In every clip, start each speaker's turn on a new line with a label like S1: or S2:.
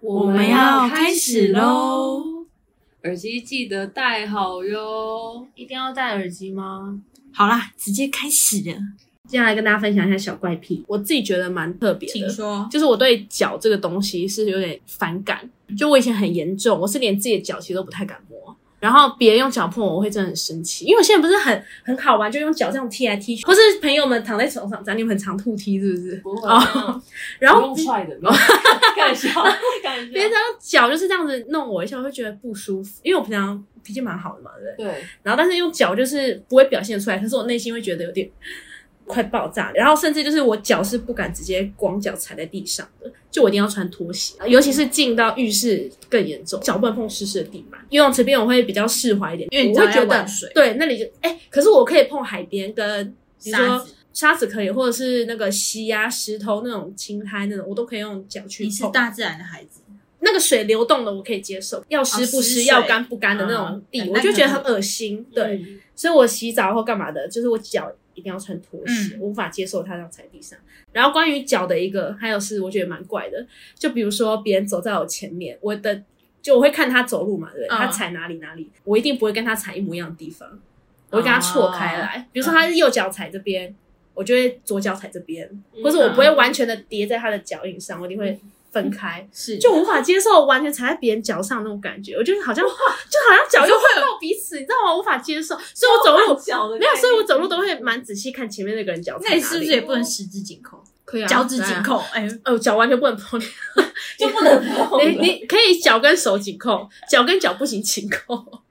S1: 我们要开始喽！
S2: 耳机记得戴好哟。
S3: 一定要戴耳机吗？
S1: 好啦，直接开始了。
S3: 接下来跟大家分享一下小怪癖，我自己觉得蛮特别的。
S2: 说，
S3: 就是我对脚这个东西是有点反感，就我以前很严重，我是连自己的脚其实都不太敢摸。然后别人用脚碰我，我会真的很生气，因为我现在不是很很好玩，就用脚这样踢来踢去，或是朋友们躺在床上这样，你们很常吐踢是不是？
S2: 不会，
S3: 哦然
S2: 不
S3: 后
S2: 用啊踹 的，干笑，干
S3: 别人
S2: 笑。
S3: 这样脚就是这样子弄我一下，我会觉得不舒服，因为我平常脾气蛮好的嘛，对不对？
S2: 对，
S3: 然后但是用脚就是不会表现出来，可是我内心会觉得有点快爆炸，然后甚至就是我脚是不敢直接光脚踩在地上的，就我一定要穿拖鞋，尤其是进到浴室更严重，脚不能碰湿湿的地板。游泳池边我会比较释怀一点，
S1: 因为你知
S3: 我
S1: 道
S3: 会觉
S1: 要
S3: 得
S1: 玩水
S3: 对那里就哎、可是我可以碰海边跟比如
S1: 沙
S3: 说
S1: 子。
S3: 沙子可以，或者是那个溪啊、石头那种青苔那种，我都可以用脚去
S1: 你是
S3: 碰。
S1: 大自然的孩子，
S3: 那个水流动的我可以接受，要湿不
S1: 湿
S3: 湿、
S1: 哦水
S3: 要干不干的那种
S1: 嗯
S3: 地，
S1: 很
S3: 我
S1: 难
S3: 就觉得
S1: 很
S3: 很恶心。对，
S2: 嗯，
S3: 所以我洗澡或干嘛的，就是我脚一定要穿拖鞋，
S1: 嗯
S3: 我无法接受它这样踩地上。然后关于脚的一个，还有是我觉得蛮怪的，就比如说别人走在我前面，我的就我会看他走路嘛，对不对？
S1: 嗯
S3: 他踩哪里哪里，我一定不会跟他踩一模一样的地方，我会跟他错开
S1: 哦
S3: 来。
S1: 嗯
S3: 比如说他是右脚踩这边，我就会左脚踩这边，
S1: 嗯
S2: 嗯
S3: 或者我不会完全的叠在他的脚印上，我一定会分开。
S1: 是
S3: 就无法接受完全踩在别人脚上那种感觉，我觉得好像就好像脚就会到彼此，你知道吗？无法接受，所以我走路
S2: 脚的
S3: 没有，所以我走路都会蛮仔细看前面那个人脚。
S1: 那你是不是也不能十指紧扣，
S3: 可以啊？
S1: 脚趾
S3: 对
S1: 紧
S3: 啊。
S1: 扣？哎，
S3: 哦，脚完全不能碰，
S2: 就不能碰
S3: 你你可以脚跟手紧 扣，脚跟脚不行紧扣。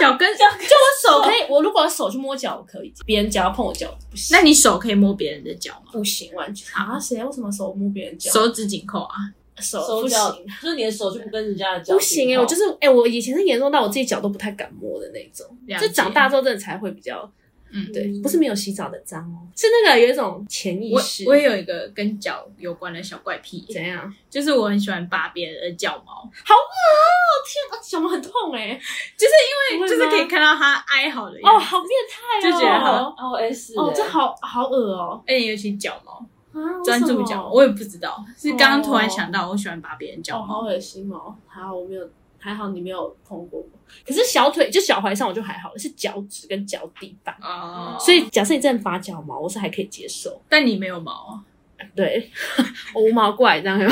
S1: 脚跟，
S3: 我手可以，我如果手去摸脚，我可以；别人脚要碰我脚不行，
S1: 那你手可以摸别人的脚吗？
S3: 不行完全啊！谁啊为什么手摸别人脚？
S1: 手指紧扣啊，
S3: 手
S2: 手
S3: 不
S2: 脚
S3: 行，
S2: 就是你的手就不跟人家的脚
S3: 不行哎、
S2: 哎，
S3: 我就是哎、我以前是严重到我自己脚都不太敢摸的那种，
S1: 了解
S3: 就长大之后真的才会比较
S1: 嗯，
S3: 对，
S2: 嗯
S3: 不是没有洗澡的脏哦，是那个有一种潜意
S1: 我
S3: 识，
S1: 我也有一个跟脚有关的小怪癖，
S3: 怎样？
S1: 就是我很喜欢拔别人的脚毛，
S3: 天啊，小毛很痛哎、
S1: 就是因为
S3: 会
S1: 就是
S3: 吗
S1: 可以看到它哀嚎的
S3: 哦，
S1: 样子，
S3: 好变态哦，
S1: 就觉得好
S2: 哦 S，
S3: 哦，这好好恶哦，
S1: 而且哎尤其脚毛，
S3: 啊
S1: 专注脚，
S3: 为
S1: 我也不知道，是刚刚突然想到，我喜欢拔别人
S3: 什么
S1: 脚
S3: 哦，好
S1: 毛。
S3: 恶心哦，还好我没有，还好你没有碰过我，可是小腿就小踝上我就还好了，是脚趾跟脚底板，
S1: 哦，
S3: 所以假设你真的拔脚毛，我是还可以接受，
S1: 但你没有毛啊，
S3: 对， 哦我无毛怪这样 吗？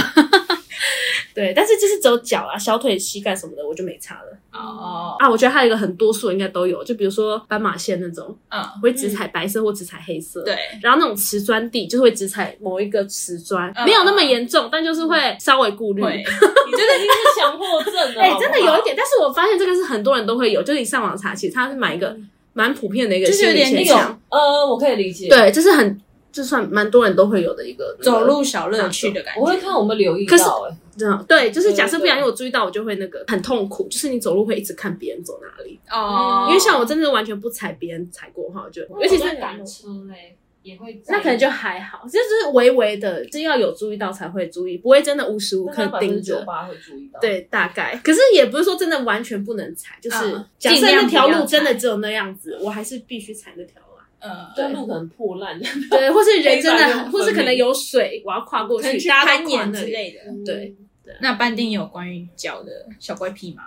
S3: 对，但是就是只有脚啊，小腿、膝盖什么的，我就没差了。
S1: 哦，
S3: 啊，我觉得还有一个很多数应该都有，就比如说斑马线那种，
S1: 嗯，
S3: 我会只踩白色或只踩黑色。。
S1: 对，
S3: 然后那种瓷砖地就是会只踩某一个瓷砖，
S1: 嗯
S3: 没有那么严重，但就是会稍微顾虑。
S1: 会哦
S3: 哎、，
S2: 你真的已经是强迫症 了，好不好
S3: 真的有一点，但是我发现这个是很多人都会有，就是你上网查，其实它是买一个蛮普遍的一个
S1: 嗯就是
S3: 心
S1: 有
S3: 理
S1: 点
S3: 现
S1: 那种
S3: 象，
S2: 呃，我可以理解。，
S3: 对，就是很就算蛮多人都会有的一个
S1: 走。路小乐趣的感
S2: 我
S1: 觉。
S2: 会看我们留意
S3: 可是
S2: 到哎，
S3: 那个嗯对，就是假设
S2: 对对
S3: 不小心我注意到，我就会那个很痛苦，就是你走路会一直看别人走哪里，
S1: 哦，
S3: 因为像我真的完全不踩别人踩过的话，我就尤其是
S2: 赶车嘞，也会
S3: 那可能就还好，这就是微微的，就要有注意到才会注意，不会真的无时无刻盯
S2: 酒
S3: 着。
S2: 吧会注意到，，
S3: 对，大概。可是也不是说真的完全不能踩，就是、
S1: 嗯
S3: 假设
S1: 尽量
S3: 那条
S1: 不要
S3: 路真的
S1: 踩
S3: 只有那样子，我还是必须踩那条啊。
S1: 嗯，
S2: 这路可能破烂，
S3: 对，或是人真
S2: 黑白又
S3: 的，
S2: 分
S3: 或是可能
S2: 明
S3: 有水，我要跨过
S1: 可以
S3: 去，
S1: 去
S3: 大家
S1: 攀
S3: 都跨
S1: 岩
S3: 那
S1: 之
S3: 里。
S1: 类的。
S3: 嗯对，
S1: 那班定有关于脚的小怪癖吗？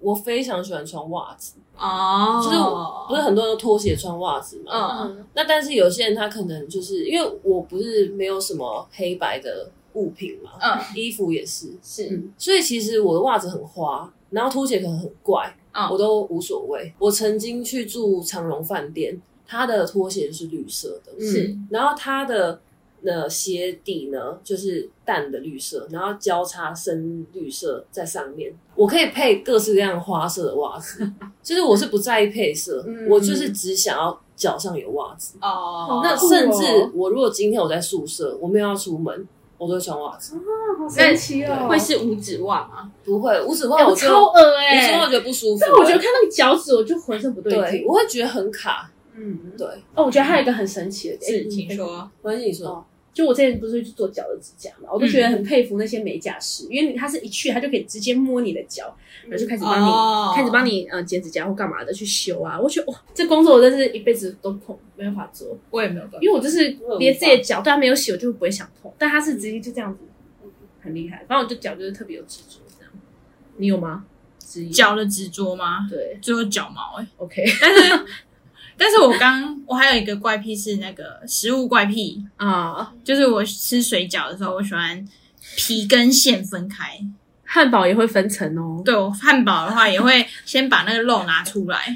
S2: 我非常喜欢穿袜子，
S1: 哦
S2: 就是我不是很多人都拖鞋穿袜子嘛。
S1: 嗯
S3: 嗯，
S2: 那但是有些人他可能就是因为我不是没有什么黑白的物品嘛，
S1: 嗯
S2: 衣服也是，嗯
S1: 是
S2: 所以其实我的袜子很花，然后拖鞋可能很怪，
S1: 嗯
S2: 我都无所谓。我曾经去住长荣饭店，他的拖鞋是绿色的，
S3: 嗯
S1: 是
S2: 然后它的呃鞋底呢就是淡的绿色，然后交叉深绿色在上面。我可以配各式各样花色的袜子，就是我是不在意配色，
S3: 嗯
S2: 我就是只想要脚上有袜子。
S1: 哦
S2: 那
S3: 酷哦
S2: 甚至我如果今天我在宿舍，我没有要出门，我都会穿袜子。
S3: 好
S1: 神哦
S3: 奇
S2: 哦
S1: 会是五指袜吗？
S2: 不会，五指袜
S3: 哎，
S2: 我
S3: 我
S2: 就
S3: 超恶
S2: 五指
S3: 哎、
S2: 袜
S3: 欸
S2: 我。觉得不舒服。
S3: 但我觉得看那个脚趾，我就浑身不对
S2: 对，
S3: 劲。
S2: 我会觉得很卡。
S3: 嗯，
S2: 对，
S3: 哦，我觉得还有一个很神奇的点，
S1: 是，
S3: 哎
S1: 请。嗯说。
S2: 关系你说，
S3: 哦就我之前不是去做脚的指甲嘛，我就觉得
S1: 嗯
S3: 很佩服那些美甲师，因为他是一去他就可以直接摸你的脚，然后就开始帮你、
S1: 哦
S3: 开始帮你呃剪指甲或干嘛的去修啊。我觉得哇，这工作我真是一辈子都碰没办法做，
S1: 我也没有关嗯
S3: 因为我就是连自己的脚，对他没有洗，我就不会想碰，但他是直接就这样子。很厉害。反正我对脚就是特别有执着，这样。你有吗？质疑
S2: 嗯
S1: 脚的执着吗？
S3: 对
S1: 只有脚毛哎、欸
S3: ，OK
S1: 但是我刚我还有一个怪癖是那个食物怪癖，
S3: 啊，
S1: 就是我吃水饺的时候，我喜欢皮跟馅分开。
S3: 汉堡也会分层哦。
S1: 对我汉堡的话，也会先把那个肉拿出来，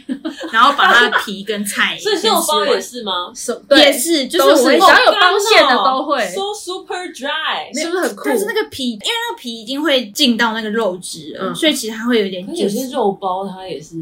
S1: 然后把它的皮跟 菜
S2: 所以
S1: 先
S2: 肉
S1: 吃
S2: 包
S1: 完
S2: 也是吗？
S3: 什
S1: 也是，就是
S3: 都是
S1: 我会
S3: 只哦要有包馅的都会
S2: 好干哦 so super dry。
S3: 是不是很酷？
S1: 但是那个皮，因为那个皮已经会进到那个肉汁了，
S3: 嗯
S1: 所以其实它会有点
S2: 可是
S1: 就
S2: 有
S1: 是
S2: 些肉包它也是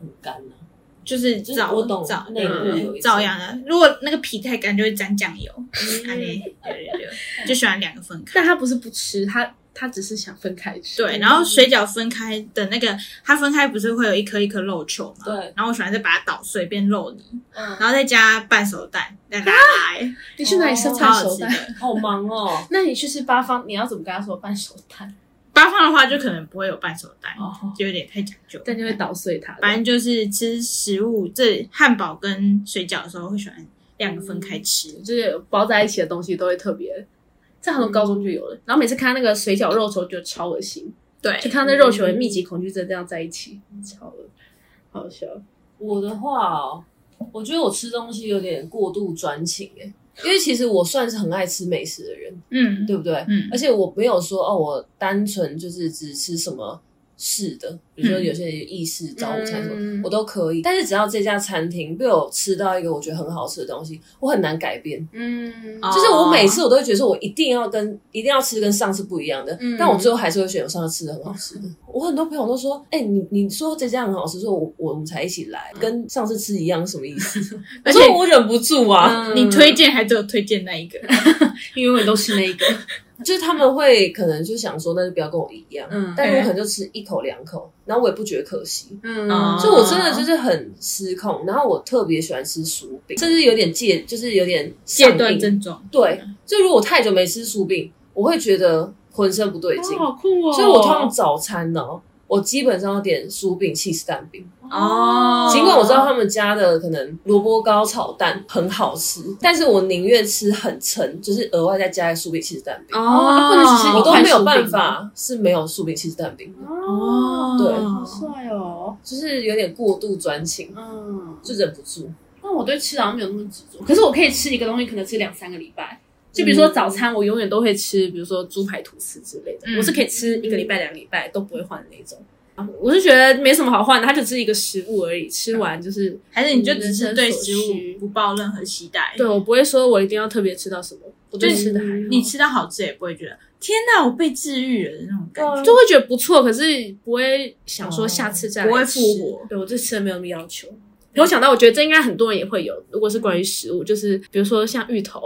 S2: 很干啊的、
S1: 就是
S2: 就是
S1: 照
S2: 我懂
S1: 照
S2: 内
S3: 部
S1: 嗯
S2: 有一
S1: 照
S2: 层
S1: 样的。如果那个皮太干，就会沾酱油。
S2: 嗯
S1: 安尼对对 对，就喜欢两个分开。
S3: 但他不是不吃，他他只是想分开吃。
S2: 嗯
S1: 对，然后水饺分开的那个，它分开不是会有一颗一颗肉球嘛？
S2: 对
S1: 然后我喜欢再把它捣碎变肉泥，
S2: 嗯，啊
S1: 然后再加半熟蛋，再拉来，
S3: 你去哪里生
S2: 哦
S1: 超
S3: 半
S1: 好
S3: 熟
S1: 吃
S3: 蛋？
S1: 的。
S2: 好忙哦。
S3: 那你去吃八方，你要怎么跟他说半熟蛋？
S1: 八方的话就可能不会有半熟蛋，
S2: 哦
S1: 就有点太讲究。
S3: 但就会捣碎它。
S1: 反正就是吃食物，这汉堡跟水饺的时候会喜欢两个分开吃。
S3: 就是包在一起的东西都会特别，在很多高中就有了。然后每次看那个水饺肉球，觉得超恶心，
S1: 对
S3: 就，看到那肉球的密集恐惧症这样在一起，超恶，好笑。
S2: 我的话、哦，我觉得我吃东西有点过度专情哎、因为其实我算是很爱吃美食的人，
S1: 嗯，
S2: 对不对？
S1: 嗯
S2: 而且我没有说哦，我单纯就是只吃什么式的，比如说有些意式早午餐什么，
S3: 嗯
S2: 我都可以。但是只要这家餐厅被我吃到一个我觉得很好吃的东西，我很难改变。
S3: 嗯
S1: 哦
S2: 就是我每次我都会觉得说，我一定要跟一定要吃跟上次不一样的，
S3: 嗯
S2: 但我最后还是会选我上次吃的很好吃的。我很多朋友都说，哎、你你说这家很好吃，说我我们才一起来，跟上次吃一样什么意 思？我
S1: 而且
S2: 说我忍不住啊，
S3: 嗯
S1: 你推荐还只有推荐那一个，
S3: 你永远都是那一个，
S2: 就是他们会可能就想说，那就不要跟我一样，
S3: 嗯
S2: 但我可能就吃一口两口，然后我也不觉得可惜。
S3: 嗯
S1: 哦
S2: 就我真的就是很失控，然后我特别喜欢吃薯饼，甚至有点戒，就是有点上
S1: 戒
S2: 瘾
S1: 断症状。
S2: 对，就如果我太久没吃薯饼，我会觉得浑身不对劲。
S3: 好酷哦！
S2: 所以我通常早餐呢、我基本上要点薯饼、起司蛋饼。
S1: 哦
S2: 尽管我知道他们家的可能萝卜糕炒蛋很好吃，但是我宁愿吃很撑，就是额外再加薯饼、起司蛋饼。
S3: 哦不能只吃
S2: 我
S3: 一
S2: 都
S3: 块
S2: 没有
S3: 薯饼
S2: 办法是没有薯饼、起司蛋饼，
S3: 哦，
S2: 对
S3: 好帅哦，
S2: 就是有点过度专情，
S3: 嗯。
S2: 就忍不住。
S3: 那我对吃好像没有那么执着，可是我可以吃一个东西，可能吃两三个礼拜。就比如
S1: 嗯
S3: 说早餐，我永远都会吃，比如说猪排吐司之类的，
S1: 嗯
S3: 我是可以吃一个礼拜、两个礼拜都不会换的那种。我是觉得没什么好换的，它就只是一个食物而已，吃完就是。
S1: 还是你就只是对食
S3: 人生所需
S1: 物不抱任何期待？
S3: 对，我不会说我一定要特别吃到什么，我对
S1: 就是
S3: 吃的还好，
S1: 嗯你吃到好吃也不会觉得天哪，我被治愈了那种感觉。
S3: 就会觉得不错，可是不会想说下次再来
S1: 哦不会
S3: 吃
S1: 复活
S3: 对我对吃的没有那么要求。然后我想到，我觉得这应该很多人也会有，如果是关于食物，就是比如说像芋头，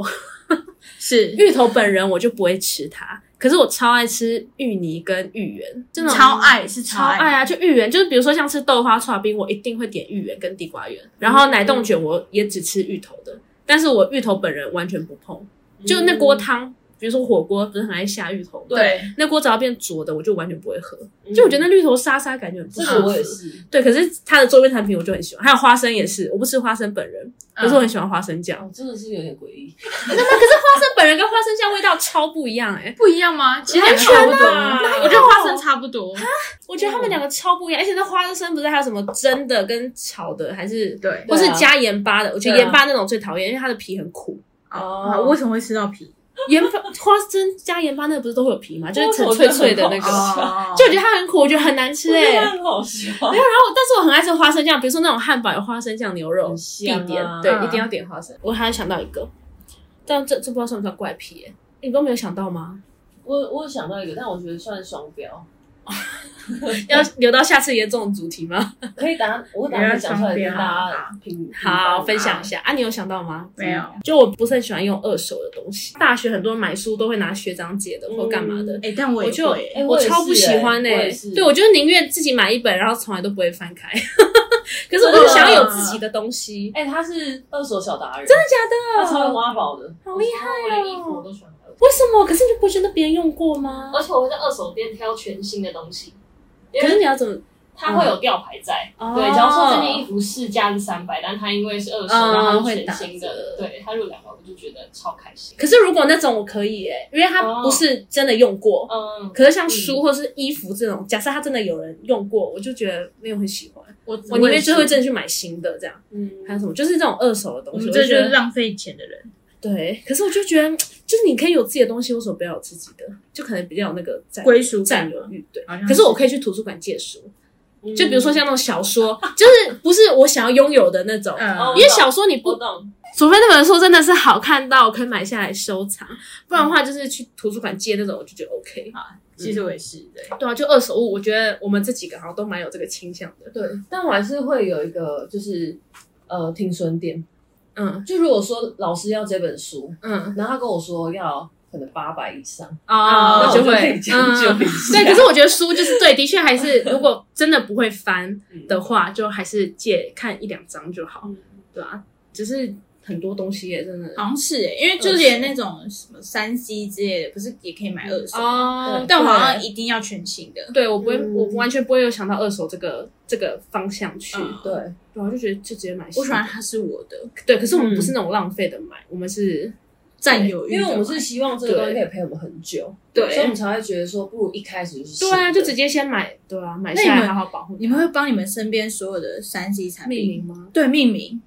S1: 是
S3: 芋头本人我就不会吃它，可是我超爱吃芋泥跟芋圆，真的
S1: 超爱，是
S3: 超爱
S1: 爱。
S3: 啊！就芋圆，就是比如说像吃豆花串冰，我一定会点芋圆跟地瓜圆，然后奶冻卷我也只吃芋头的，但是我芋头本人完全不碰，就那锅汤。比如说火锅不是很爱下芋头，，
S1: 对，嗯
S3: 那锅只要变浊的，我就完全不会喝。就我觉得那绿头沙沙感觉很不
S2: 嗯这
S3: 舒
S2: 个我也
S3: 服。
S2: 是，
S3: 对，可是它的周边产品我就很喜欢，还有花生也是，我不吃花生本人，可是我很喜欢花生 酱。
S2: 哦，真的是有点诡异。
S3: 花生本人跟花生酱味道超不一样哎、
S1: 不一样吗？其实还
S3: 完全
S1: 差不多，
S3: 啊哪有
S1: 我觉得花生差不多。
S3: 我觉得他们两个超不一样，而且那花生不是还有什么蒸的跟炒的，还是
S1: 对
S3: 或是加盐巴的。我觉得
S2: 对啊
S3: 盐巴那种最讨厌，因为它的皮很苦。
S1: 哦，为什么会吃到皮？
S3: 盐巴花生加盐巴那个不是都会有皮吗？就是很脆脆的那
S2: 我觉得很
S3: 个。
S2: 好
S1: 哦
S3: 就我觉得它很苦，我觉得很难吃哎、然后，
S2: 很好笑。
S3: 但是我很爱吃花生酱，比如说那种汉堡有花生酱牛肉，
S2: 很
S3: 必
S2: 香啊
S3: 点对，
S1: 嗯
S3: 一定要点花生。我还想到一个，但这这不知道算不算怪癖、欸？你都没有想到吗？
S2: 我我有想到一个，但我觉得算双标，
S3: 要留到下次严重的主题吗？
S2: 可以打我打算讲出来跟大家评
S3: 好，分享一。下啊！你有想到吗？
S1: 没有。
S3: 就我不是很喜欢用二手的东西。大学很多人买书都会拿学长姐的或干嘛的，
S1: 哎，但我
S3: 我
S1: 也
S3: 就
S1: 会
S2: 哎
S3: 我
S2: 我也是
S3: 超不喜欢
S2: 哎我
S3: 欸
S2: 也是
S3: 对我就宁愿自己买一本，然后从来都不会翻开。 可是我就想要有自己的东西，
S2: 哎、他是二手小达人，真的假的？他超会挖宝的，
S3: 好厉害哦
S4: 我连衣服我都喜欢二手，
S3: 为什么？可是你就不
S2: 哦
S3: 会觉得别人用过吗？
S4: 而且我会在二手店挑全新的东西，因
S3: 可是
S4: 为
S3: 你要怎么？
S4: 它会有吊牌在。
S3: 哦
S4: 对，假如说这件衣服市价是三百，但它因为是二手，
S3: 嗯
S4: 然后它
S3: 会
S4: 是全
S3: 打
S4: 新
S3: 折
S4: 的，对，它入两百，我就觉得超开心。
S3: 哦可是如果那种我可以耶，因为它
S4: 哦
S3: 不是真的用过。
S2: 哦
S4: 嗯，
S3: 可是像书或是衣服这种，假设它真的有人用过，我就觉得没有很喜欢，
S1: 我
S3: 我宁愿就会真的去买新的这样。
S2: 嗯
S3: 还有什么？就是这种二手的
S1: 我
S3: 东西，我
S1: 们嗯这
S3: 就
S1: 就
S3: 觉
S1: 是
S3: 得
S1: 浪费钱的人。
S3: 对。可是我就觉得，就是你可以有自己的东西，为什么不要有自己的？就可能比较有那个占
S1: 归属感
S3: 占有欲，嗯对
S1: 好像。是
S3: 可是我可以去图书馆借书，就比如说像那种小说，就是不是我想要拥有的那种。
S1: 嗯
S4: 哦，
S3: 因为小说你
S4: 我
S3: 不
S4: 懂，
S3: 除非那本书真的是好看到我可以买下来收藏，不然的话就是去图书馆借那种，我就觉得 OK。
S1: 其实我也是，对，
S2: 嗯
S3: 对啊，就二手物，我觉得我们这几个好像都蛮有这个倾向的。
S2: 对，但我还是会有一个就是呃停损点。
S3: 嗯
S2: 就如果说老师要这本书，
S3: 嗯
S2: 然后他跟我说要可能八百以上，
S1: 哦
S2: 那
S3: 啊，
S2: 我就
S3: 会
S2: 可以将就
S3: 嗯
S2: 一下。
S3: 对，可是我觉得书就是对，的确还是如果真的不会翻的话，就还是借看一两张就好，对啊，只是很多东西也真的
S1: 好像是诶，因为就连那种什么三 C 之类的，不是也可以买二手？
S3: 哦
S1: 但我好像一定要全新的。
S3: 对我不会，
S2: 嗯
S3: 我完全不会有想到二手这个这个方向去，
S1: 嗯
S2: 对，
S3: 然后就觉得就直接买新的。
S1: 我喜欢它是我的
S3: 对，可是我
S2: 嗯
S3: 们不是那种浪费的买，我们是
S1: 占有欲
S2: 因
S1: 的
S2: 为
S1: 嘛，
S2: 我们是希望这个东西可以陪我们很久，
S1: 对
S2: 所以我们才会觉得说，不如一开始就是新
S3: 对
S2: 的
S3: 啊，就直接先买，对啊，买下
S1: 那你
S3: 来
S1: 们
S3: 好好保护它。
S1: 你们会帮你们身边所有的三 C 产
S3: 命
S1: 品
S3: 名吗？
S1: 对命名，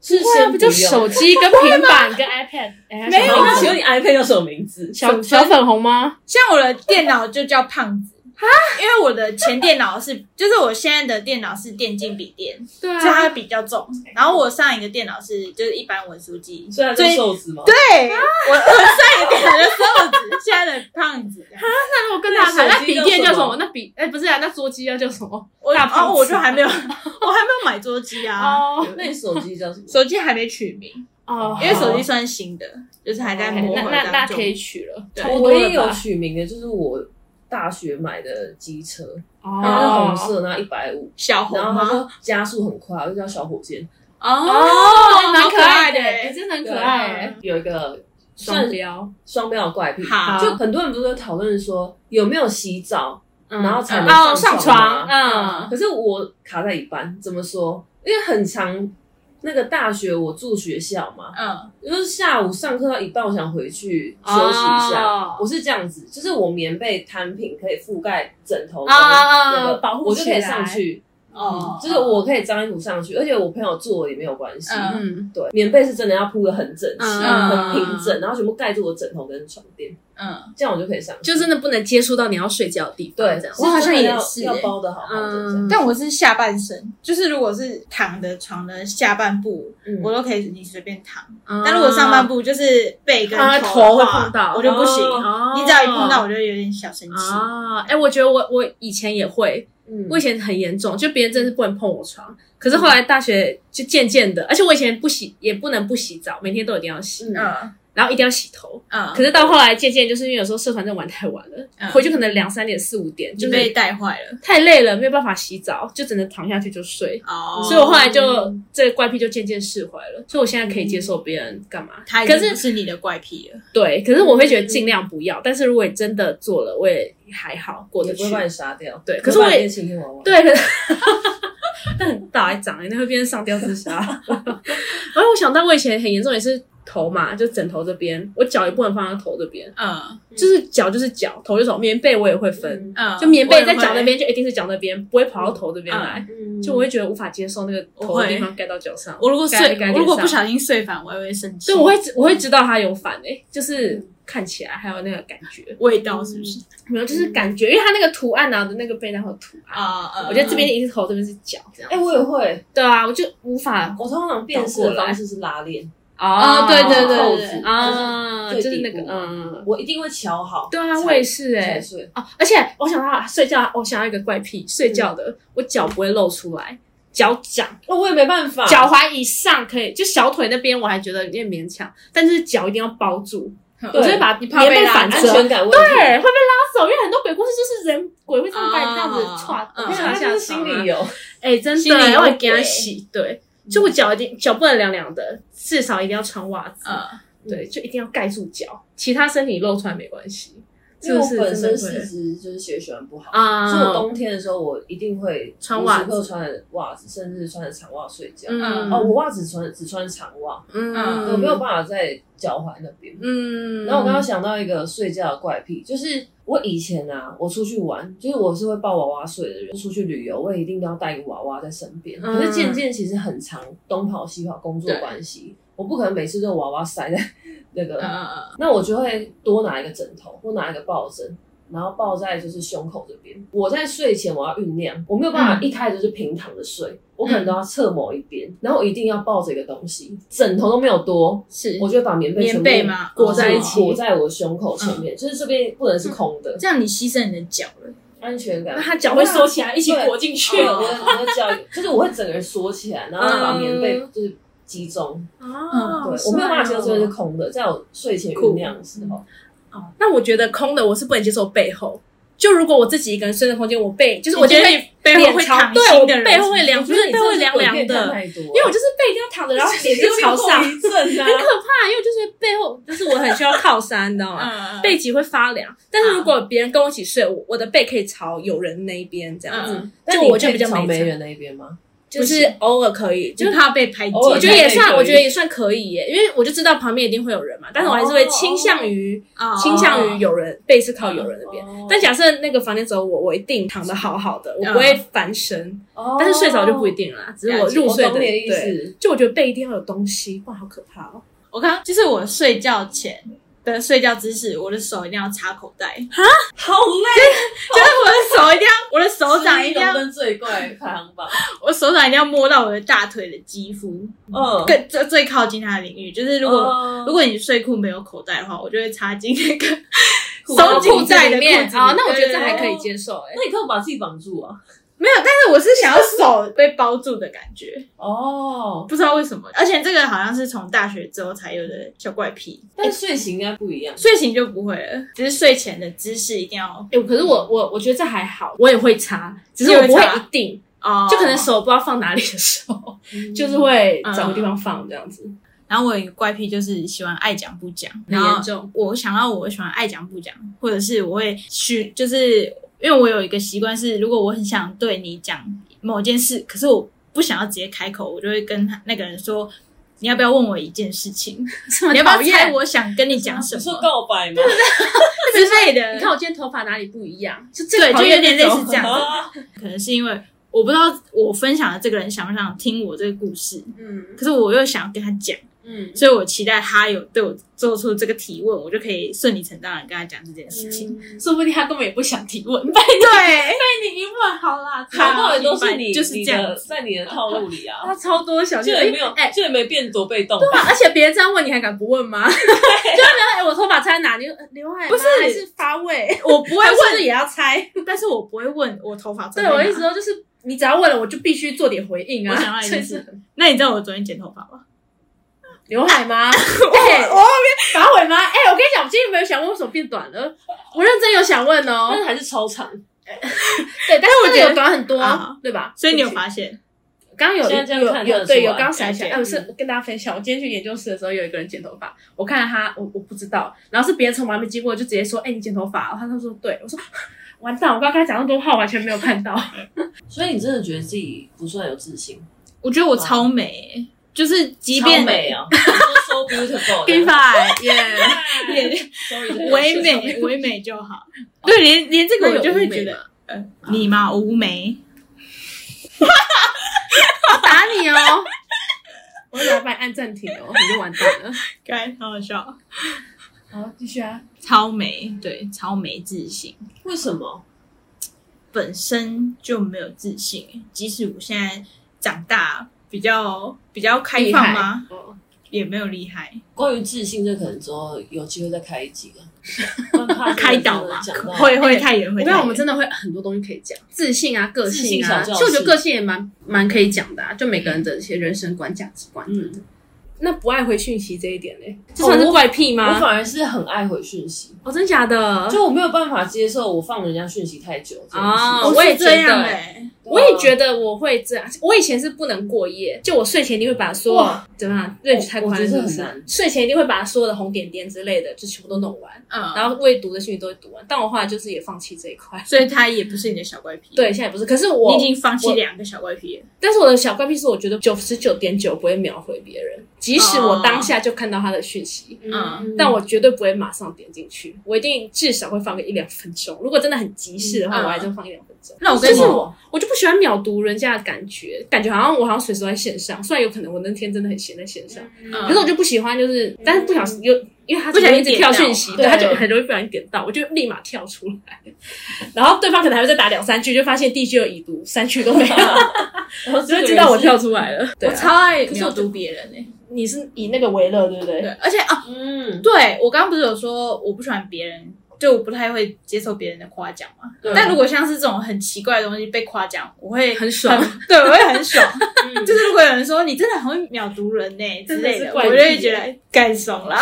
S2: 是
S3: 对啊，
S2: 先
S3: 不就
S2: 用
S3: 手机跟平板跟 iPad？哎
S1: 没有
S2: 那
S1: 啊
S2: 请问你 iPad 叫什么名字？
S3: 小小粉红吗？
S1: 像我的电脑就叫胖子啊，因为我的前电脑是， 就是我现在的电脑是电竞笔电，
S3: 对啊
S1: 所以它比较重。然后我上一个电脑是就是一般文书机，
S2: 虽然
S1: 所
S2: 叫
S1: 以
S2: 瘦子吗？
S1: 对我我 上一个电脑就是瘦子，现在的胖子。
S3: 那如果更大牌，
S2: 那
S3: 那
S2: 手机
S3: 笔
S2: 叫
S3: 电叫
S2: 什
S3: 什
S2: 么
S3: 么？那笔哎不是啊，那桌机要叫什么？
S1: 我
S3: 大胖
S1: 哦，
S3: 子
S1: 我就还没有，我 还没有买桌机啊，
S3: 哦
S2: 那你手机叫什么？
S1: 手机还没取名，
S3: 哦
S1: 因为手机算新的，就是还在
S3: 那
S1: 磨合
S3: 那那
S1: 当
S3: 可以
S1: 中。
S3: 取了，
S1: 对
S3: 差不
S2: 我
S3: 多了吧
S2: 唯一有取名的就是我大学买的机车，它
S3: 哦
S2: 是红色，然后一百五，
S1: 小红
S2: 然后它
S1: 吗？
S2: 就加速很快，就叫小火箭。
S1: 哦
S3: 蛮
S1: 好
S3: 可爱的，哎
S1: 欸
S3: 真的很可
S2: 对
S3: 爱。
S2: 有一个
S3: 双
S2: 算
S3: 标，
S2: 双标的怪癖，
S1: 好
S2: 就很多人不是会讨论说有没有洗澡，
S3: 嗯
S2: 然后才能
S3: 哦
S2: 上
S3: 上
S2: 床
S3: 床，
S1: 吗
S3: 嗯
S2: 可是我卡在一半。怎么说？因为很长，那个大学我住学校嘛，
S1: 嗯，
S2: 就是下午上课到一半，我想回去休息一下。
S3: 嗯哦
S2: 我是这样子，就是我棉被摊平可以覆盖枕头跟
S3: 啊
S2: 那个
S3: 保护
S2: 我就可以
S3: 起来
S2: 上去，
S1: 哦
S2: 就是我可以脏衣服上去，而且我朋友坐也没有关系。
S1: 嗯
S3: 嗯嗯，
S2: 对，棉被是真的要铺的很整齐、
S3: 嗯
S2: 很平整，然后全部盖住我枕头跟床垫，
S1: 嗯，
S2: 这样我就可以上去。
S3: 就真的不能接触到你要睡觉的地方，
S2: 对
S3: 这样，
S1: 我好像也是
S2: 真的要
S1: 欸
S2: 要包的好好的这样。
S3: 嗯
S1: 但我是下半身，就是如果是躺的床的下半部，
S2: 嗯
S1: 我都可以你随便躺。
S3: 嗯
S1: 但如果上半部就是背跟
S3: 啊
S1: 头的
S3: 头会
S1: 话
S3: 碰到
S1: 我就不行。
S3: 哦
S1: 你只要一碰到，我就有点小生气。
S3: 啊，哎，我觉得我我以前也会，
S2: 嗯
S3: 我以前很严重，就别人真的是不能碰我床。可
S1: 嗯
S3: 是后来大学就渐渐的，而且我以前不洗也不能不洗澡，每天都一定要洗，
S2: 嗯
S1: 嗯
S3: 然后一定要洗头。
S1: 嗯，
S3: 可是到后来渐渐就是因为有时候社团真的玩太晚了，
S1: 嗯
S3: 回去可能两三点四五点，就
S1: 就是被带坏了。
S3: 太累了，没有办法洗澡，就只能躺下去就睡。
S1: 哦
S3: 所以我后来就这个怪癖就渐渐释怀了，所以我现在可以接受别人干嘛。
S1: 他
S3: 可
S1: 可
S3: 是
S1: 是是你的怪癖了。
S3: 对，可是我会觉得尽量不要。但是如果你真的做了，我也还好过
S2: 也
S3: 得
S2: 不
S3: 去
S2: 会。把你杀掉。
S3: 对
S2: 会
S3: 可是我
S2: 把你
S3: 也
S2: 变晴天娃娃。
S3: 对，可是 但很大一长，那会变成上吊自杀。 然后我想到我以前很严重也是头嘛，就枕头这边，我脚也不能放在头这边，
S1: 嗯
S3: 就是脚就是脚，头就是头，棉被我也会分。
S2: 嗯
S1: 嗯，
S3: 就棉被
S1: 我也
S3: 在
S1: 会
S3: 脚那。边，就一定是脚那边，不会跑到头这边来。
S2: 嗯
S3: 就我会觉得无法接受那个头的地方盖到脚上。
S1: 我如果
S3: 盖
S1: 睡，
S3: 盖
S1: 我如果
S3: 脸
S1: 不
S3: 上，
S1: 小心睡反，我也会生气。
S3: 对，我会知我会知道它有反诶、就是看起来还有那个感觉，
S1: 味道是不是？
S3: 没有就是感觉，因为它那个图案啊的那个被单会有图案。
S1: 啊，嗯
S3: 我觉得这边一定是头，这边是脚，这样。
S2: 哎，我也会，
S3: 对啊，我就无法
S2: 我通常辨识的方式是拉链，
S1: 啊，对对对
S2: 扣
S1: 对
S2: 子
S1: 对，
S3: 啊，
S2: 最
S3: 就是那
S2: 底
S3: 个
S2: 部
S3: 嗯，
S2: 我一定会瞧好。
S3: 对啊，
S2: 才
S3: 我也是哎、
S2: 才睡。
S3: 哦，而且我想到睡觉，我想到一个怪癖，睡觉的、我脚不会露出来，脚掌、
S2: 那哦我也没办法。
S3: 脚踝以上可以，就小腿那边我还觉得有点勉强，但是脚一定要包住，
S1: 嗯
S3: 我就会把
S1: 你怕
S3: 棉被
S1: 被拉
S3: 反
S2: 安
S3: 折，
S2: 全感问
S3: 对，嗯
S2: 题，
S3: 会被拉走，因为很多鬼故事就是人鬼会这么把你这样子
S1: 哦
S3: 歘，
S1: 嗯
S3: 我
S2: 天
S3: 想
S2: 啊
S3: 一
S2: 那
S3: 下
S2: 就是心理
S3: 有，
S2: 有。
S3: 哎，真
S1: 心里
S3: 的，
S1: 有
S3: 我会给他
S1: 鬼
S3: 洗，对，就我脚一定脚不能凉凉的，至少一定要穿袜子，
S1: 嗯，
S3: 对，就一定要盖住脚，其他身体露出来没关系。
S2: 因为我
S3: 是不是
S2: 本身
S3: 真的
S2: 四
S3: 会
S2: 肢就是血液循环不好，
S3: 啊
S2: 所以我冬天的时候我一定会
S3: 穿袜子
S2: 无时刻穿袜子，甚至穿长袜睡觉。
S3: 嗯
S2: 哦，我袜子穿只穿长袜，
S3: 嗯
S2: 我没有办法在脚踝那边。
S3: 嗯，
S2: 然后我刚刚想到一个睡觉的怪癖，就是我以前啊，我出去玩，就是我是会抱娃娃睡的人，出去旅游我也一定要带一个娃娃在身边。
S3: 嗯
S2: 可是渐渐其实很长，东跑西跑，工作关系，我不可能每次都娃娃塞在 那
S3: 嗯
S2: 个，
S1: 呃，
S2: 那我就会多拿一个枕头或拿一个抱枕。然后抱在就是胸口这边。我在睡前我要酝酿，我没有办
S3: 嗯
S2: 法一开始就是平躺着睡，我可能都要侧某一边，然后我一定要抱着一个东西，枕头都没有多，
S1: 是
S2: 我就会把棉被全部
S1: 棉被嘛
S2: 裹在一
S1: 哦
S2: 起，裹在我胸口前
S3: 嗯
S2: 面，就是这边不能是空的，
S1: 这样你牺牲你的脚了，
S2: 安全感
S3: 那。他脚会缩起来，一起裹进去哦
S2: 对，嗯我的我的脚就是我会整个人缩起来，然后把
S3: 嗯
S2: 棉被就是集中。
S3: 啊
S2: 嗯对
S3: 好，
S2: 我没有办法接
S3: 帅
S2: 受
S3: 哦
S2: 这边是空的，在我睡前酝酿的时候，
S3: 哦，那我觉得空的我是不能接受背后。就如果我自己一个人睡的空间，我背就是我觉得
S1: 你背后会躺
S3: 对，
S1: 心
S3: 我
S1: 的人，
S3: 背后会凉，
S2: 我
S3: 就
S2: 觉得
S3: 是
S2: 你
S3: 背
S2: 真
S3: 后
S2: 的
S3: 会
S2: 是
S3: 凉
S2: 鬼
S3: 凉
S2: 片看
S3: 的，
S2: 太多了，因
S3: 因为我就是背一定要躺着，然后脸就朝上，很
S2: 症啊，
S3: 可怕。因为我 就是背后，就是我很需要靠山，你知道吗？
S1: 嗯
S3: 背脊会发凉，但是如果别人跟我一起睡，我我的背可以朝有人那一边这样子，
S1: 嗯
S2: 但
S3: 就
S2: 你
S3: 我就
S2: 可以
S3: 比较
S2: 朝
S3: 没
S2: 没
S3: 差
S2: 人那一边吗？
S3: 就
S1: 不
S3: 是
S1: 行
S3: 偶尔可以，就
S1: 就是怕被排挤，哦
S2: 偶
S3: 我
S2: 尔
S3: 觉得也算，
S2: 可以
S3: 我觉得也算可以耶，因为我就知道旁边一定会有人嘛，但是我还是会倾向于、
S1: 哦
S3: 倾向于有人背是靠有人那边。
S2: 哦
S3: 但假设那个房间只有我，我一定躺得好好的，我不会翻身，
S2: 哦
S3: 但是睡着就不一。定啦。只是我入睡
S2: 我
S3: 的
S2: 懂你的意
S3: 对，
S2: 思，
S3: 就我觉得背一定要有东西，哇，好可怕哦！
S1: 我刚就是我睡觉前的睡觉姿势，我的手一定要插口袋，就是
S2: 好累。哦
S1: 我的 手一定要，我的手掌一定要，
S2: 跟最怪排行 榜，
S1: 我手掌一定要摸到我的大腿的肌肤，
S2: 嗯，
S1: 更最最靠近它的领域。就是如果、
S3: 嗯
S2: 哦
S1: 如果你睡裤没有口袋的话，我就会插进 那个
S2: 手
S1: 收裤袋的
S3: 里面
S1: 裤子
S3: 啊，那我觉得这
S1: 对对
S3: 还
S1: 对
S3: 可以接受哎。
S2: 那你可以把自己绑住啊。
S1: 没有，但是我是想要手被包住的感觉，
S2: 哦，
S1: 不知道为什么。而且这个好像是从大学之后才有的小怪癖，
S2: 但睡醒应该不一样。
S1: 睡醒就不会了，只是睡前的姿势一定要
S3: 哎、可是我我我觉得这还好，我也会擦，只是我不
S1: 你
S3: 会
S1: 也会
S3: 一
S1: 擦
S3: 定，
S1: 哦，
S3: 就可能手不知道放哪里的时候，
S2: 嗯
S3: 就是会找个地方放这样子。
S1: 然后我有一个怪癖，就是喜欢爱讲不讲，
S3: 很
S1: 然后
S3: 严重
S1: 我想到我喜欢爱讲不讲，或者是我会去，就是因为我有一个习惯是，如果我很想对你讲某件事，可是我不想要直接开口，我就会跟他那个人说：“你要不要问我一件事情？你要不要
S3: 讨厌
S1: 猜啊我想跟你讲什
S2: 你说
S1: 么
S2: 告白吗？
S1: 之类的？”
S3: 你看我今天头发哪里不一样，就这
S1: 对，
S3: 个
S1: 就有点类似这样 子。
S2: 啊，
S1: 可能是因为我不知道我分享的这个人想不想听我这个故事，
S4: 嗯
S1: 可是我又想跟他讲。
S4: 嗯
S1: 所以我期待他有对我做出这个提问，我就可以顺理成章的跟他讲这件事情。
S3: 嗯说不定他根本也不想提问，被
S1: 对，
S3: 你一问好啦，
S2: 从头尾都是
S1: 好
S2: 你，
S1: 就是
S2: 你
S1: 这样
S2: 的，在你的套路里啊，
S3: 他超多小
S2: 就
S3: 心，
S2: 也没有
S3: 哎、，
S2: 就也没变多被动吧。
S3: 对啊，而且别人这样问你还敢不问吗？ 就是哎、我头发插在哪里？呃刘海吗
S1: 不是
S3: 还是发 尾？
S1: 我不会
S3: 他是不是
S1: 问，
S3: 也要猜？
S1: 但是我不会问我头发长
S3: 对，
S1: 在哪。
S3: 我意思说就是，你只要问了，我就必须做点回应啊。
S1: 我想到一件
S3: 所以
S1: 事
S3: 是，
S1: 那你知道我昨天剪头发吗？
S3: 刘海
S1: 啊
S3: 吗？哎、我发尾吗？哎、我跟你讲，我今天没有想问为什么变短了，我认真有想问哦
S2: 但。 是还是超长，
S3: 对，但是我
S1: 我觉
S3: 觉
S1: 得
S3: 得短很多，
S1: 啊
S3: 对吧？
S1: 所以你有
S3: 对不起
S1: 发现？
S3: 刚刚有
S2: 现在这样看得
S3: 有有
S2: 出来
S3: 对有刚才想，
S2: 感觉
S3: 哎，我是跟大家分享，我今天去研究室的时候，有一个人剪头发，我看到他，我我不知道，然后是别人从旁边经过，就直接说，哎，你剪头发哦，他他说对，我说完蛋，我刚刚跟他讲那么多话，完全没有看到，
S2: 所以你真的觉得自己不算有自信，
S1: 我觉得我超美、就是即
S2: 超
S1: 便
S2: 美啊你说，so beautiful，
S1: ，give
S2: 的
S1: five，耶，
S2: ，sorry，sorry，
S1: 唯美唯美就好。对，连连这个我就会觉得，呃，你嘛无眉，
S3: 打你哦， 我就来帮你按暂停哦，你就完蛋了。
S1: 该好好笑，
S3: 好，继续啊，
S1: 超美，对，超没自信。
S2: 为什么？
S1: 本身就没有自信，即使我现在长大比较比较开放吗？
S3: 哦
S1: 也没有厉害，
S2: 关于自信，这可能之后有机会再开一集啊了，
S1: 开导嘛
S2: 吧，讲到，
S1: 会会太远，
S3: 我
S1: 会
S3: 跟你
S1: 太
S3: 讲，我们
S1: 远。
S3: 真的会很多东西可以讲，自信啊，个性啊，
S2: 自信小教室
S3: 其实我觉得个性也蛮蛮可以讲的啊，就每个人的一些人生观、价值观。
S2: 嗯，
S3: 那不爱回讯息这一点呢，这
S2: 哦
S3: 算是
S2: 我
S3: 怪癖吗？
S2: 我反而是很爱回讯息，
S3: 哦，真假的？
S2: 就我没有办法接受我放人家讯息太久这件事
S3: 哦
S2: 情
S3: 我也
S1: 是这
S3: 觉
S1: 样
S3: 得
S1: 哎，
S2: 对
S3: 我也觉得我会这样，我以前是不能过夜，就我睡前一定会把所有
S4: 哇
S3: 怎么样，对，太宽了是
S2: 我
S3: 不
S2: 觉
S3: 是
S2: 得很难？
S3: 睡前一定会把所有的红点点之类的就全部都弄完，
S1: 嗯，
S3: 然后未读的讯息都会读完。但我后来就是也放弃这一块，
S1: 所以他也不是你的小怪癖，
S3: 对，，现在也不是。可是
S1: 你
S3: 我
S1: 已，经放弃
S3: 我
S1: 两个小怪癖了，
S3: 但是我的小怪癖是，我觉得九十九点九不会秒回别人，即使我当下就看到他的讯息，
S1: 嗯
S3: 啊但我绝对不会马上点进去，我一定至少会放个一两分钟。如果真的很急事的话，
S1: 嗯
S3: 我还真放一两分钟。
S1: 那我跟
S3: 就
S1: 你
S3: 是
S1: 说
S3: 我，我就不喜欢秒读人家的感觉，感觉好像我好像随时都在线上。虽然有可能我那天真的很闲在线上，
S1: 嗯
S3: 可是我就不喜欢，就是但嗯是不小心又因为他
S1: 不小心
S3: 一直
S1: 点
S3: 跳
S1: 到
S3: 讯息，对，
S1: 对
S3: 他就很容易不小心点到，我就立马跳出来。然后对方可能还会再打两三句，就发现第一句有已读，三句都没有，
S2: 我
S3: 就会知道我跳出来了。对啊、
S1: 我超爱秒读别人诶，
S3: 你是以那个为乐，对不对？
S1: 对，而且啊，
S2: 嗯，
S1: 对我刚刚不是有说我不喜欢别人，就我不太会接受别人的夸奖嘛。
S2: 对
S1: 但如果像是这种很奇怪的东西被夸奖，我会
S3: 很爽
S1: 对，我会 很爽。嗯就是如果有人说你真的很会秒读人呢、之
S3: 真的
S1: 类的，
S3: 是
S1: 我
S3: 怪癖
S1: 就会觉得干爽啦。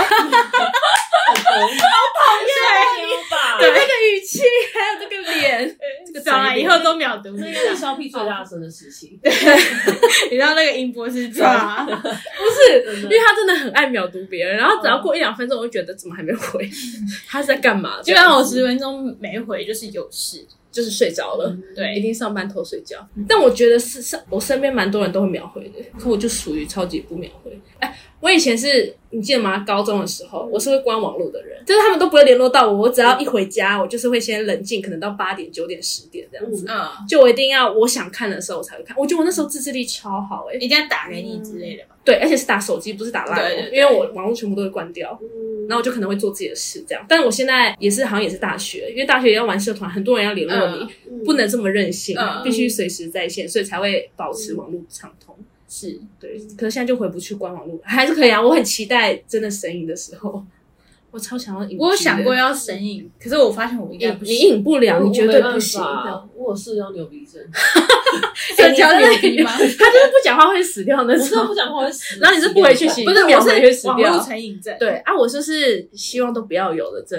S2: 吧
S1: 对，呃
S3: 语气还有这个 脸，
S1: 爽啊了以后都秒读，
S2: 那
S1: 你
S2: 应
S1: 知
S2: 该
S1: 道
S2: 是肖屁最大声的事情。
S1: 你知道那个音波是抓，
S3: 是因为他真的很爱秒读别人，然后
S1: 嗯
S3: 只要过一两分钟，我就觉得怎么还没 回，他是在干嘛？
S1: 基本上我十分钟没回就是有事。
S3: 就是睡着了，一
S1: 对，
S3: 定上班偷睡觉。
S1: 嗯
S3: 但我觉得是上我身边蛮多人都会秒回的，可我就属于超级不秒回。哎，我以前是你记得吗？高中的时候，我是会关网络的人，就是他们都不会联络到我，我只要一回家，我就是会先冷静，可能到八点、九点、十点这样子。
S1: 嗯，
S3: 就我一定要我想看的时候我才会看，我觉得我那时候自制力超好哎、
S1: 一定要打给你之类的吧。
S3: 对，而且是打手机，不是打 line，哦、
S1: 对对对
S3: 因为我网络全部都会关掉，
S2: 嗯
S3: 然后我就可能会做自己的事这样。但我现在也是好像也是大学，因为大学也要玩社团，很多人要联络你，不能这么任性，
S1: 嗯
S3: 必须随时在线，所以才会保持网络畅通。
S1: 是，
S3: 对，可是现在就回不去关网络，还是可以啊。我很期待真的神隐的时候，我超想要隐居的。
S1: 我有想过要神隐，可是我发现我应该
S3: 隐，
S1: 不
S3: 你
S1: 行。
S3: 隐不了，你绝对不行。
S2: 我我有社交牛逼 症，
S1: 社交牛逼吗？
S3: 他就是不讲话会死掉那
S2: 我真的
S3: 种，
S2: 不讲话会死。
S3: 然后你是不回讯息，
S1: 不是，
S3: 秒
S1: 我
S3: 回会
S1: 是
S3: 死
S1: 网
S3: 掉
S1: 络。成瘾症。
S3: 对啊，我就是希望都不要有的 症，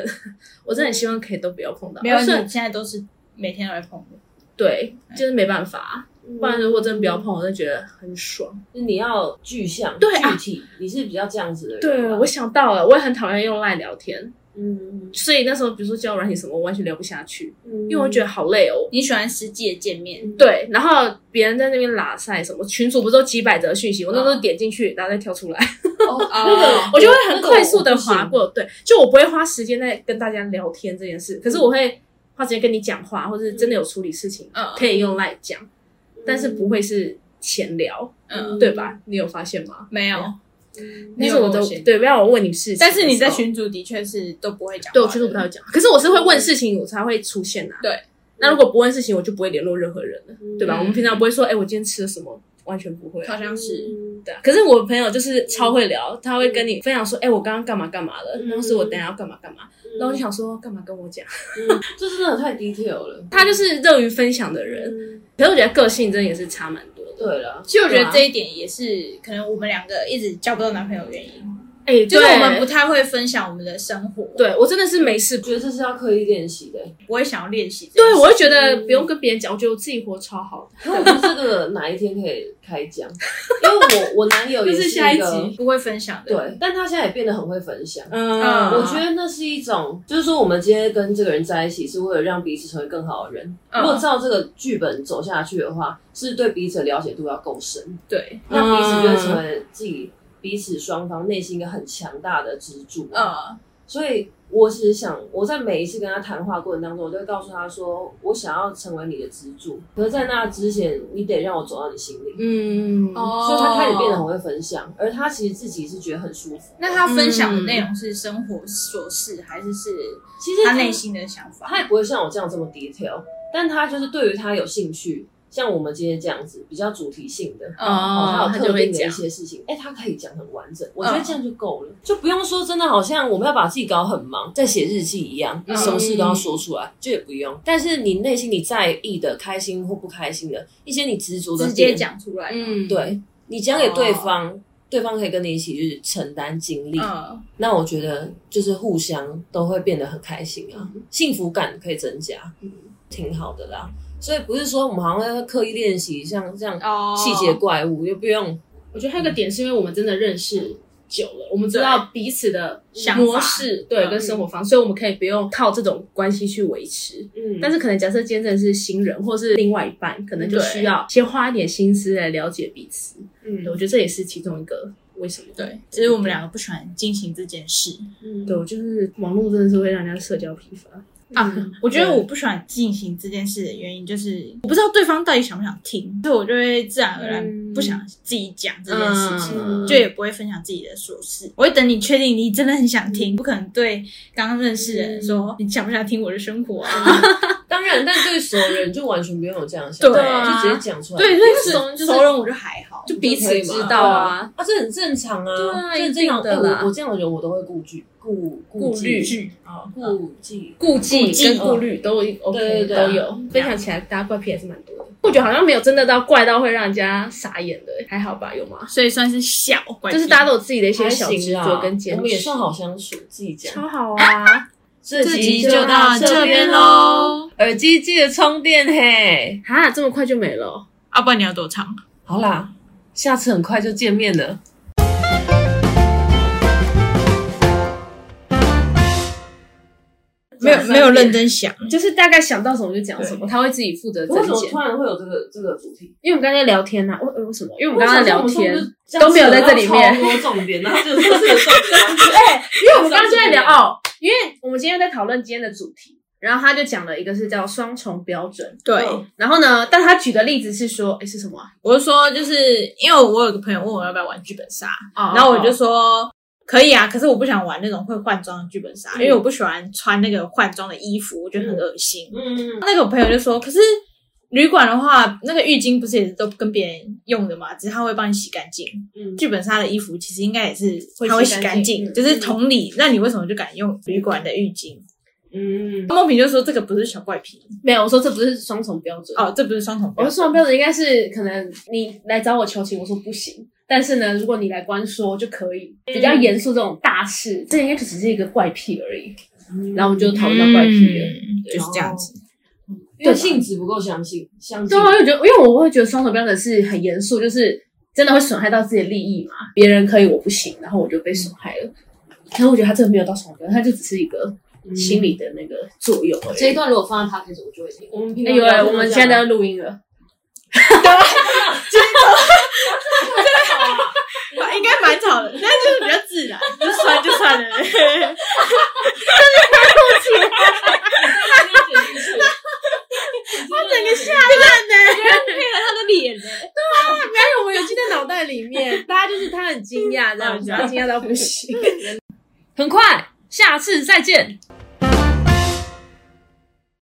S3: 我真的很希望可以都不要碰到。
S1: 没有，
S3: 啊
S1: 你
S3: 虽然
S1: 现在都是每天都在碰的。
S3: 对，就是没办法，啊
S2: 嗯，
S3: 不然如果真的不要碰，我真的觉得很爽。
S2: 你要具象、
S3: 对啊
S2: 具体，你是比较这样子的人。
S3: 对，啊我想到了，我也很讨厌用赖聊天，
S2: 嗯，
S3: 所以那时候比如说交友软体什么，我完全聊不下去，
S2: 因
S3: 因为我觉得好累哦。
S1: 你喜欢实际的见
S2: 嗯
S1: 面，
S3: 对，然后别人在那边拉塞什么，群主不是都几百则讯息，我那时候点进去，然后再跳出来， 哦
S1: 啊
S2: 那个
S3: 我就会很快速
S2: 那
S3: 的
S2: 个我不行
S3: 划过。对，就我不会花时间在跟大家聊天这件事，可是我会花时间跟你讲话，或者真的有处理事情，
S1: 嗯
S3: 可以用赖讲。但是不会是闲聊，
S1: 嗯，
S3: 对吧？你有发现吗？
S1: 没有，
S2: 嗯
S3: 那时候我
S1: 没有
S3: 都
S1: 闲聊
S3: 对，不要我问你事情的时候，
S1: 但是你在群主的确是都不会讲话的，
S3: 对我群主不太会讲，可是我是会问事情，我才会出现啊。
S1: 对，
S3: 那如果不问事情，我就不会联络任何人了，对吧？
S1: 嗯
S3: 我们平常不会说，哎，我今天吃了什么，完全不会啊。
S1: 好像
S2: 嗯
S1: 是
S3: 对啊，可是我朋友就是超会聊，他会跟你分享说，哎、我刚刚干嘛干嘛了，
S2: 嗯
S3: 当时我等一下要干嘛干嘛，然后我就
S2: 想，
S3: 想说，干嘛跟我讲？
S2: 嗯这真的太 detail 了。
S3: 他就是乐于分享的人，
S2: 嗯
S3: 可是我觉得个性真的也是差蛮多的。
S2: 对了，
S1: 其实我觉
S3: 对
S1: 得
S3: 啊
S1: 这一点也是可能我们两个一直交不到男朋友的原因，
S3: 哎、
S1: 就是
S3: 对
S1: 我们不太会分享我们的生活，，
S3: 对我真的是没事
S2: 我觉得这是要刻意练习的。欸
S1: 不会想要练习这件
S3: 对
S1: 事。
S3: 我会觉得不用跟别人讲，我觉得我自己活超好
S2: 可
S3: 的。
S2: 我觉得这个哪一天可以开讲， 因为我我男友也
S3: 这是下
S2: 一
S3: 一
S2: 个
S3: 集。
S1: 不会分享的，
S2: 对，但他现在也变得很会分享。
S3: 嗯，
S1: 嗯
S2: 我觉得那是一种，就是说我们今天跟这个人在一起，是为了让彼此成为更好的人。
S1: 嗯
S2: 如果照这个剧本走下去的话，是对彼此的了解度要够深，
S1: 对，
S2: 那彼此就
S3: 嗯
S2: 会成为自己彼此双方内心一个很强大的支柱。
S1: 嗯，
S2: 所以我只是想，我在每一次跟他谈话过程当中，我就会告诉他说，我想要成为你的支柱。可是，在那之前，你得让我走到你心里。
S3: 嗯，
S1: 哦
S2: 所以他开始变得很会分享，而他其实自己是觉得很舒服。
S1: 那他分享的内容是生活琐事，还是是
S2: 其实
S1: 他内心的想法？
S2: 他也不哦会像我这样这么 detail，但他就是对于他有兴趣，像我们今天这样子比较主题性的，
S1: 嗯，
S2: 哦，
S3: 哦，
S2: 他
S3: 他
S2: 有特
S3: 就会
S2: 定的一
S3: 讲，
S2: 些事情，哎、他可以讲很完整，我觉得
S1: 嗯
S2: 这样就够了，就不用说真的好像我们要把自己搞很忙，在写日记一样，
S1: 嗯
S2: 什么事都要说出来，就也不用。但是你内心你在意的、开心或不开心的一些你执着的
S1: 直接
S2: 点，
S1: 讲出来，
S3: 嗯，
S2: 对你讲给对方。对方可以跟你一起去承担经历，
S1: 嗯，
S2: 那我觉得就是互嗯相都会变得很开心啊，幸福感可以增加，挺好的啦。所以不是说我们好像要刻意练习像这样
S1: 哦
S2: 细节怪物，又不用
S3: 我觉得还有一个点是因为我们真的认识久了，我们知道彼此的
S1: 想法
S3: 模式对
S1: 嗯
S3: 跟生活方式，所以我们可以不用靠这种关系去维持。
S2: 嗯
S3: 但是可能假设今天真的是新人，或是另外一半，可能就
S1: 对
S3: 需要先花一点心思来了解彼此。
S2: 嗯
S3: 对我觉得这也是其中一个为什么。
S1: 对，只是我们两个不喜欢进行这件事
S2: 嗯
S3: 对，我就是网络真的是会让人家社交疲乏。
S1: 啊。我觉得
S3: 对
S1: 我不喜欢进行这件事的原因，就是我不知道对方到底想不想听，所以我就会自然而然
S3: 嗯
S1: 不想自己讲这件事情。
S2: 嗯
S1: 就也不会分享自己的琐事，我会等你确定你真的很想听，不可能对刚认识的人说、你想不想听我的生活啊？
S2: 当然，但对熟人就完全不用有这样的想
S1: 对
S2: 法，
S1: 啊
S2: 就直接讲出来。
S1: 对，所以
S3: 熟人就是
S1: 熟人我就还好，
S3: 就彼此知道啊，
S2: 啊，这很正常啊，
S3: 对啊
S2: 这很正常
S3: 一定的啦
S2: 哎我我这样的人，我都会顾忌、顾顾忌
S1: 啊，
S2: 哦顾忌。
S3: 顾忌
S1: 忌
S3: 跟顾虑都 OK，
S2: 对对对
S3: 都有。分享起来，大家怪癖还是蛮多的。我觉得好像没有真的到怪到会让人家傻眼的，还好吧？有吗？
S1: 所以算是小，
S3: 就是大家
S1: 都
S3: 都有自己的一些
S2: 还
S3: 小执
S2: 行
S3: 着
S2: 啦，
S3: 跟坚
S2: 我
S3: 持，
S2: 们也算好相处，自己讲。
S3: 超好啊！
S2: 这
S1: 集就到这边喽，
S2: 耳机记得充电嘿。
S3: 哈，这么快就没了哦。
S1: 啊，不然你要多长？
S2: 好啦，下次很快就见面了。
S1: 没有没有认真想，
S3: 就是大概想到什么就讲什么，他会自己负责
S2: 为什
S3: 增
S2: 么
S3: 减
S2: 突。然会有这个这个主题？
S3: 因为我们刚才聊天呐、啊，为为什么？因为我们刚才
S2: 才
S3: 聊天，都没有在这里面哎
S2: 超多重点，然后 就是这个重 点。
S3: 因为我们刚刚就在聊哦，因为我们今天在讨论今天的主题，然后他就讲了一个是叫双重标准，
S1: 对。
S2: 哦
S3: 然后呢，但他举的例子是说，哎，是什么啊？
S1: 我就说，就是因为我有个朋友问我要不要玩剧本杀，
S3: 哦
S1: 然后我就说可以啊，可是我不想玩那种会换装的剧本杀，因为我不喜欢穿那个换装的衣服，我觉得很恶心。
S2: 嗯，
S1: 那个我朋友就说，可是旅馆的话，那个浴巾不是也是都跟别人用的嘛，只是他会帮你洗干净。
S2: 嗯
S1: 剧本杀的衣服其实应该也是
S3: 会
S1: 他会
S3: 洗
S1: 洗
S3: 干
S1: 干
S3: 净
S1: 净，
S3: 嗯
S1: 就是同理，那你为什么就敢用旅馆的浴巾？
S2: 嗯，
S1: 梦萍就说这个不是小怪癖
S3: 没有，我说这不是双重标准。
S1: 哦，这不是双重
S3: 我
S1: 标
S3: 说
S1: 准。
S3: 双重标准应该是可能你来找我求情，我说不行。但是呢，如果你来关说就可以，比较严肃这种大事，这应该就只是一个怪癖而已。然后我们就讨论到怪癖了。
S1: 嗯哦就是这样子。
S2: 嗯因为性质不够相信，相信
S3: 对啊，因为我觉得，因为我会觉得双重标准是很严肃，就是真的会损害到自己的利益嘛。别人可以，我不行，然后我就被损害了。可是我觉得他这个没有到双重标准，他就只是一个心。理的那个作用而
S4: 嗯这一
S3: 已。
S4: 段如果放在 p o d 我就会听。
S2: 我们平
S3: 哎
S2: 常
S3: 有
S2: 聊
S3: 了，
S2: 天
S3: 我们
S2: 都
S3: 现
S2: 这
S3: 在
S2: 样
S3: 要录音 了，
S1: 应该蛮吵的，但就是比较自然，就算就算了。
S2: 他整个下
S1: 他的脸呢？
S3: 我们有记在脑袋里面，大家就是他啊 很惊讶这样子，然后惊讶到不行。
S2: 很快，下次再见，